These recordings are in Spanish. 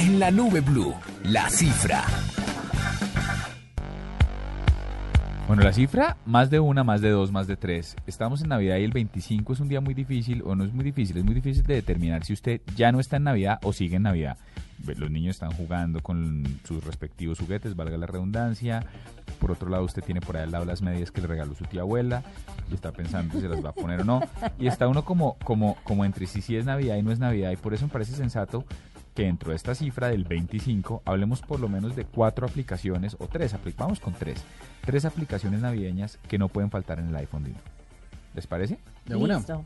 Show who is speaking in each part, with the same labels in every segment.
Speaker 1: En la nube blue, la cifra.
Speaker 2: Bueno, la cifra, más de una, más de dos, más de tres. Estamos en Navidad y el 25 es un día muy difícil, o no es muy difícil, es muy difícil de determinar si usted ya no está en Navidad o sigue en Navidad. Pues Los niños están jugando con sus respectivos juguetes, valga la redundancia. Por otro lado, usted tiene por ahí al lado las medias que le regaló su tía abuela y está pensando si se las va a poner o no. Y está uno como, como, como entre si sí es Navidad y no es Navidad. Y por eso me parece sensato que dentro de esta cifra del 25 hablemos por lo menos de cuatro aplicaciones o tres, apli- vamos con tres, tres aplicaciones navideñas que no pueden faltar en el iPhone de uno. ¿Les parece?
Speaker 3: De una.
Speaker 4: Listo.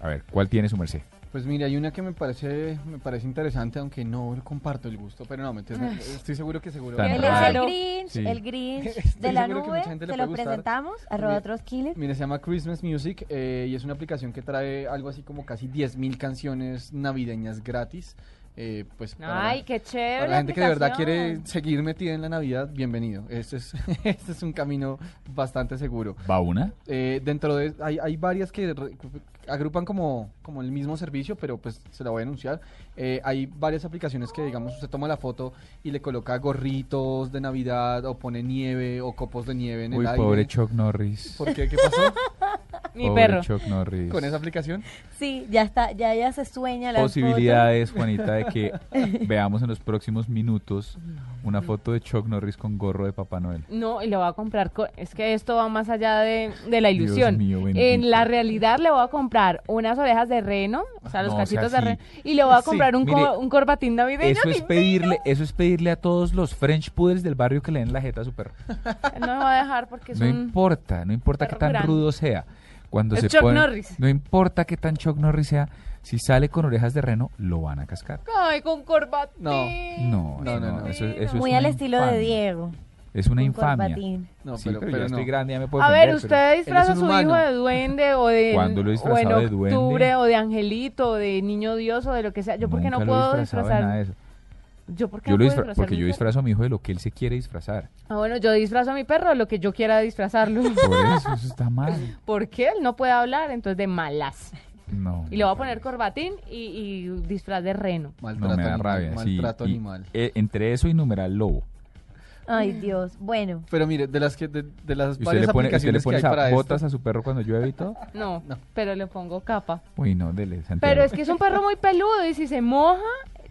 Speaker 2: A ver, ¿cuál tiene su merced?
Speaker 3: Pues mira, hay una que me parece, me parece interesante, aunque no le comparto el gusto, pero no, mentiras,
Speaker 4: Ah.
Speaker 3: no, estoy seguro que seguro.
Speaker 2: Tan
Speaker 4: Él es el
Speaker 2: raro.
Speaker 4: Grinch,
Speaker 2: Sí.
Speaker 4: el Grinch
Speaker 3: Estoy
Speaker 4: de la
Speaker 3: seguro que
Speaker 4: nube.
Speaker 3: mucha gente le
Speaker 4: Te
Speaker 3: puede
Speaker 4: lo
Speaker 3: gustar.
Speaker 4: presentamos. Arroba
Speaker 3: Mira.
Speaker 4: otros killers.
Speaker 3: Mira, se llama Christmas Music eh, y es una aplicación que trae algo así como casi 10.000 canciones navideñas gratis. eh, pues para-
Speaker 4: Ay, qué chévere.
Speaker 3: Para la gente que de verdad quiere
Speaker 4: aplicación.
Speaker 3: seguir metida en la Navidad, bienvenido. Este es, este es un camino bastante seguro.
Speaker 2: ¿Va una?
Speaker 3: Eh, dentro de... Hay, hay varias que re- agrupan como, como el mismo servicio, pero pues se la voy a anunciar. Eh, hay varias aplicaciones que, digamos, usted toma la foto y le coloca gorritos de Navidad o pone nieve o copos de nieve en
Speaker 2: Uy,
Speaker 3: el aire.
Speaker 2: pobre Chuck Norris.
Speaker 3: ¿Por qué? ¿Qué pasó
Speaker 4: Mi
Speaker 2: Pobre
Speaker 4: perro.
Speaker 2: Chuck Norris.
Speaker 3: con esa aplicación?
Speaker 4: Sí, ya está, ya ya se sueña la
Speaker 2: posibilidades, Juanita, de que veamos en los próximos minutos una foto de Chuck Norris con gorro de Papá Noel.
Speaker 5: No, y lo va a comprar. co- Es que esto va más allá de, de la
Speaker 2: Dios
Speaker 5: ilusión.
Speaker 2: mío, bendito.
Speaker 5: en la realidad le voy a comprar unas orejas de reno, o sea, los
Speaker 2: No, o sea,
Speaker 5: cachitos
Speaker 2: sí.
Speaker 5: de reno, y le voy a
Speaker 2: Sí,
Speaker 5: comprar un, co-
Speaker 2: mire,
Speaker 5: un corbatín navideño.
Speaker 2: Eso es
Speaker 5: divino.
Speaker 2: pedirle, eso es pedirle a todos los French poodles del barrio que le den la jeta a su perro.
Speaker 5: No me va a dejar porque es
Speaker 2: No
Speaker 5: un...
Speaker 2: importa, no importa qué
Speaker 5: perro
Speaker 2: tan
Speaker 5: grande.
Speaker 2: rudo sea. Cuando
Speaker 5: Es
Speaker 2: se
Speaker 5: Chuck
Speaker 2: pone-
Speaker 5: Norris.
Speaker 2: No importa qué tan Chuck Norris sea, si sale con orejas de reno, lo van a cascar.
Speaker 5: Ay, con corbatín.
Speaker 3: No.
Speaker 2: No,
Speaker 3: No,
Speaker 2: eso
Speaker 3: no,
Speaker 2: no,
Speaker 3: no.
Speaker 2: Eso, eso es
Speaker 4: Muy
Speaker 2: una
Speaker 4: al estilo
Speaker 2: infamia.
Speaker 4: de Diego.
Speaker 2: Es una
Speaker 4: un
Speaker 2: infamia.
Speaker 4: corbatín.
Speaker 3: No,
Speaker 2: sí, pero, ya
Speaker 3: no.
Speaker 2: estoy grande, ya me puedo
Speaker 5: A ver,
Speaker 2: defender, pero-
Speaker 5: ¿usted disfraza a
Speaker 3: un
Speaker 5: su hijo
Speaker 3: humano.
Speaker 5: de duende o de
Speaker 2: ¿Cuándo lo he
Speaker 5: o en
Speaker 2: disfrazado de duende?
Speaker 5: octubre o de angelito o de niño dios o de lo que sea? Yo porque no
Speaker 2: Nunca lo he
Speaker 5: puedo
Speaker 2: disfrazado de
Speaker 5: disfrazar.
Speaker 2: nada de eso.
Speaker 5: Yo porque
Speaker 2: Yo lo
Speaker 5: no puedo
Speaker 2: disfra-
Speaker 5: disfrazar
Speaker 2: porque
Speaker 5: mi
Speaker 2: yo
Speaker 5: perro?
Speaker 2: disfrazo a mi hijo de lo que él se quiere disfrazar.
Speaker 5: Ah, bueno, yo disfrazo a mi perro de lo que yo quiera disfrazarlo.
Speaker 2: Por eso, eso está mal.
Speaker 5: Porque él no puede hablar, entonces de malas.
Speaker 2: No.
Speaker 5: Y le voy a
Speaker 2: me
Speaker 5: poner
Speaker 2: parece.
Speaker 5: corbatín y, y disfraz de reno.
Speaker 3: Maltrato
Speaker 2: No me da
Speaker 3: animal,
Speaker 2: rabia. sí.
Speaker 3: maltrato
Speaker 2: Y,
Speaker 3: animal.
Speaker 2: eh, entre eso y numeral lobo.
Speaker 4: Ay, Dios. Bueno,
Speaker 3: Pero mire, de las que de, de las
Speaker 2: Y usted
Speaker 3: varias
Speaker 2: le pone, usted le
Speaker 3: aplicaciones
Speaker 2: pone
Speaker 3: que hay para
Speaker 2: esas
Speaker 3: esto-
Speaker 2: botas a su perro cuando llueve y todo.
Speaker 5: No,
Speaker 3: No.
Speaker 5: pero le pongo capa.
Speaker 2: Uy, no, dele. Santiago.
Speaker 5: Pero es que es un perro muy peludo y si se moja,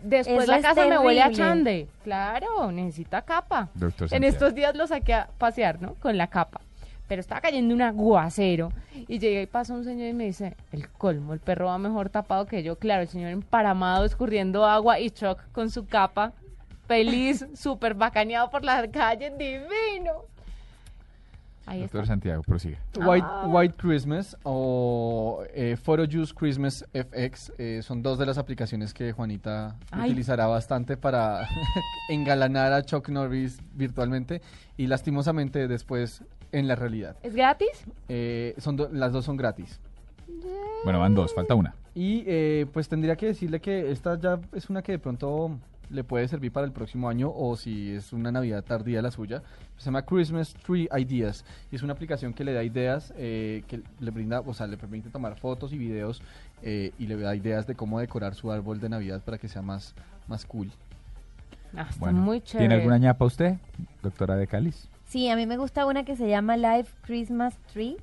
Speaker 5: después
Speaker 4: Eso
Speaker 5: la
Speaker 4: es
Speaker 5: casa me huele a
Speaker 4: terrible.
Speaker 5: chande. Claro, necesita capa.
Speaker 2: Doctor
Speaker 5: En
Speaker 2: Santiago.
Speaker 5: estos días lo saqué a pasear, ¿no? Con la capa. Pero estaba cayendo un aguacero. Y llegué y pasó un señor y me dice, el colmo, el perro va mejor tapado que yo. Claro, el señor emparamado, escurriendo agua y Chuck con su capa. Feliz, súper bacaneado por la calle, divino. Ahí está.
Speaker 2: Doctor Santiago, prosigue.
Speaker 3: White, White Christmas o eh, Photo Juice Christmas FX eh, son dos de las aplicaciones que Juanita
Speaker 5: Ay.
Speaker 3: utilizará bastante para engalanar a Chuck Norris virtualmente y lastimosamente después en la realidad.
Speaker 5: ¿Es gratis?
Speaker 3: Eh, son do- las dos son gratis.
Speaker 2: Bueno, van dos, falta una.
Speaker 3: Y eh, pues tendría que decirle que esta ya es una que de pronto le puede servir para el próximo año o si es una Navidad tardía la suya. Se llama Christmas Tree Ideas y es una aplicación que le da ideas, eh, que le brinda, o sea, le permite tomar fotos y videos eh, y le da ideas de cómo decorar su árbol de Navidad para que sea más, más cool.
Speaker 5: Ah, está
Speaker 2: Bueno,
Speaker 5: muy chévere.
Speaker 2: ¿Tiene alguna ñapa usted, doctora de Cáliz?
Speaker 4: sí, a mí me gusta una que se llama Live Christmas Tree,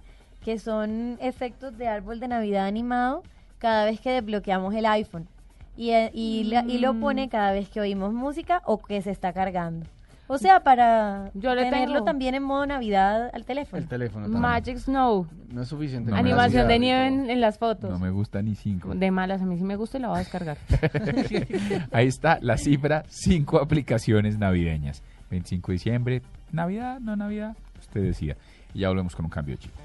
Speaker 4: que son efectos de árbol de Navidad animado cada vez que desbloqueamos el iPhone. Y, eh, y, la- y lo
Speaker 2: Mm.
Speaker 4: pone cada vez que oímos música o que se está cargando. O sea, para
Speaker 5: Yo le
Speaker 4: tenerlo
Speaker 5: tengo.
Speaker 4: también en modo Navidad al teléfono.
Speaker 3: El teléfono también.
Speaker 5: Magic Snow.
Speaker 3: no es suficiente.
Speaker 2: No
Speaker 3: con la Navidad
Speaker 5: Animación de
Speaker 3: y
Speaker 5: nieve
Speaker 3: todo.
Speaker 5: en, en las fotos.
Speaker 2: No me gusta ni cinco.
Speaker 5: De malas, a mí sí me gusta y la voy a descargar.
Speaker 2: Ahí está la cifra, cinco aplicaciones navideñas. 25 de diciembre, Navidad, no Navidad, usted decía. Y ya volvemos con un cambio de chip.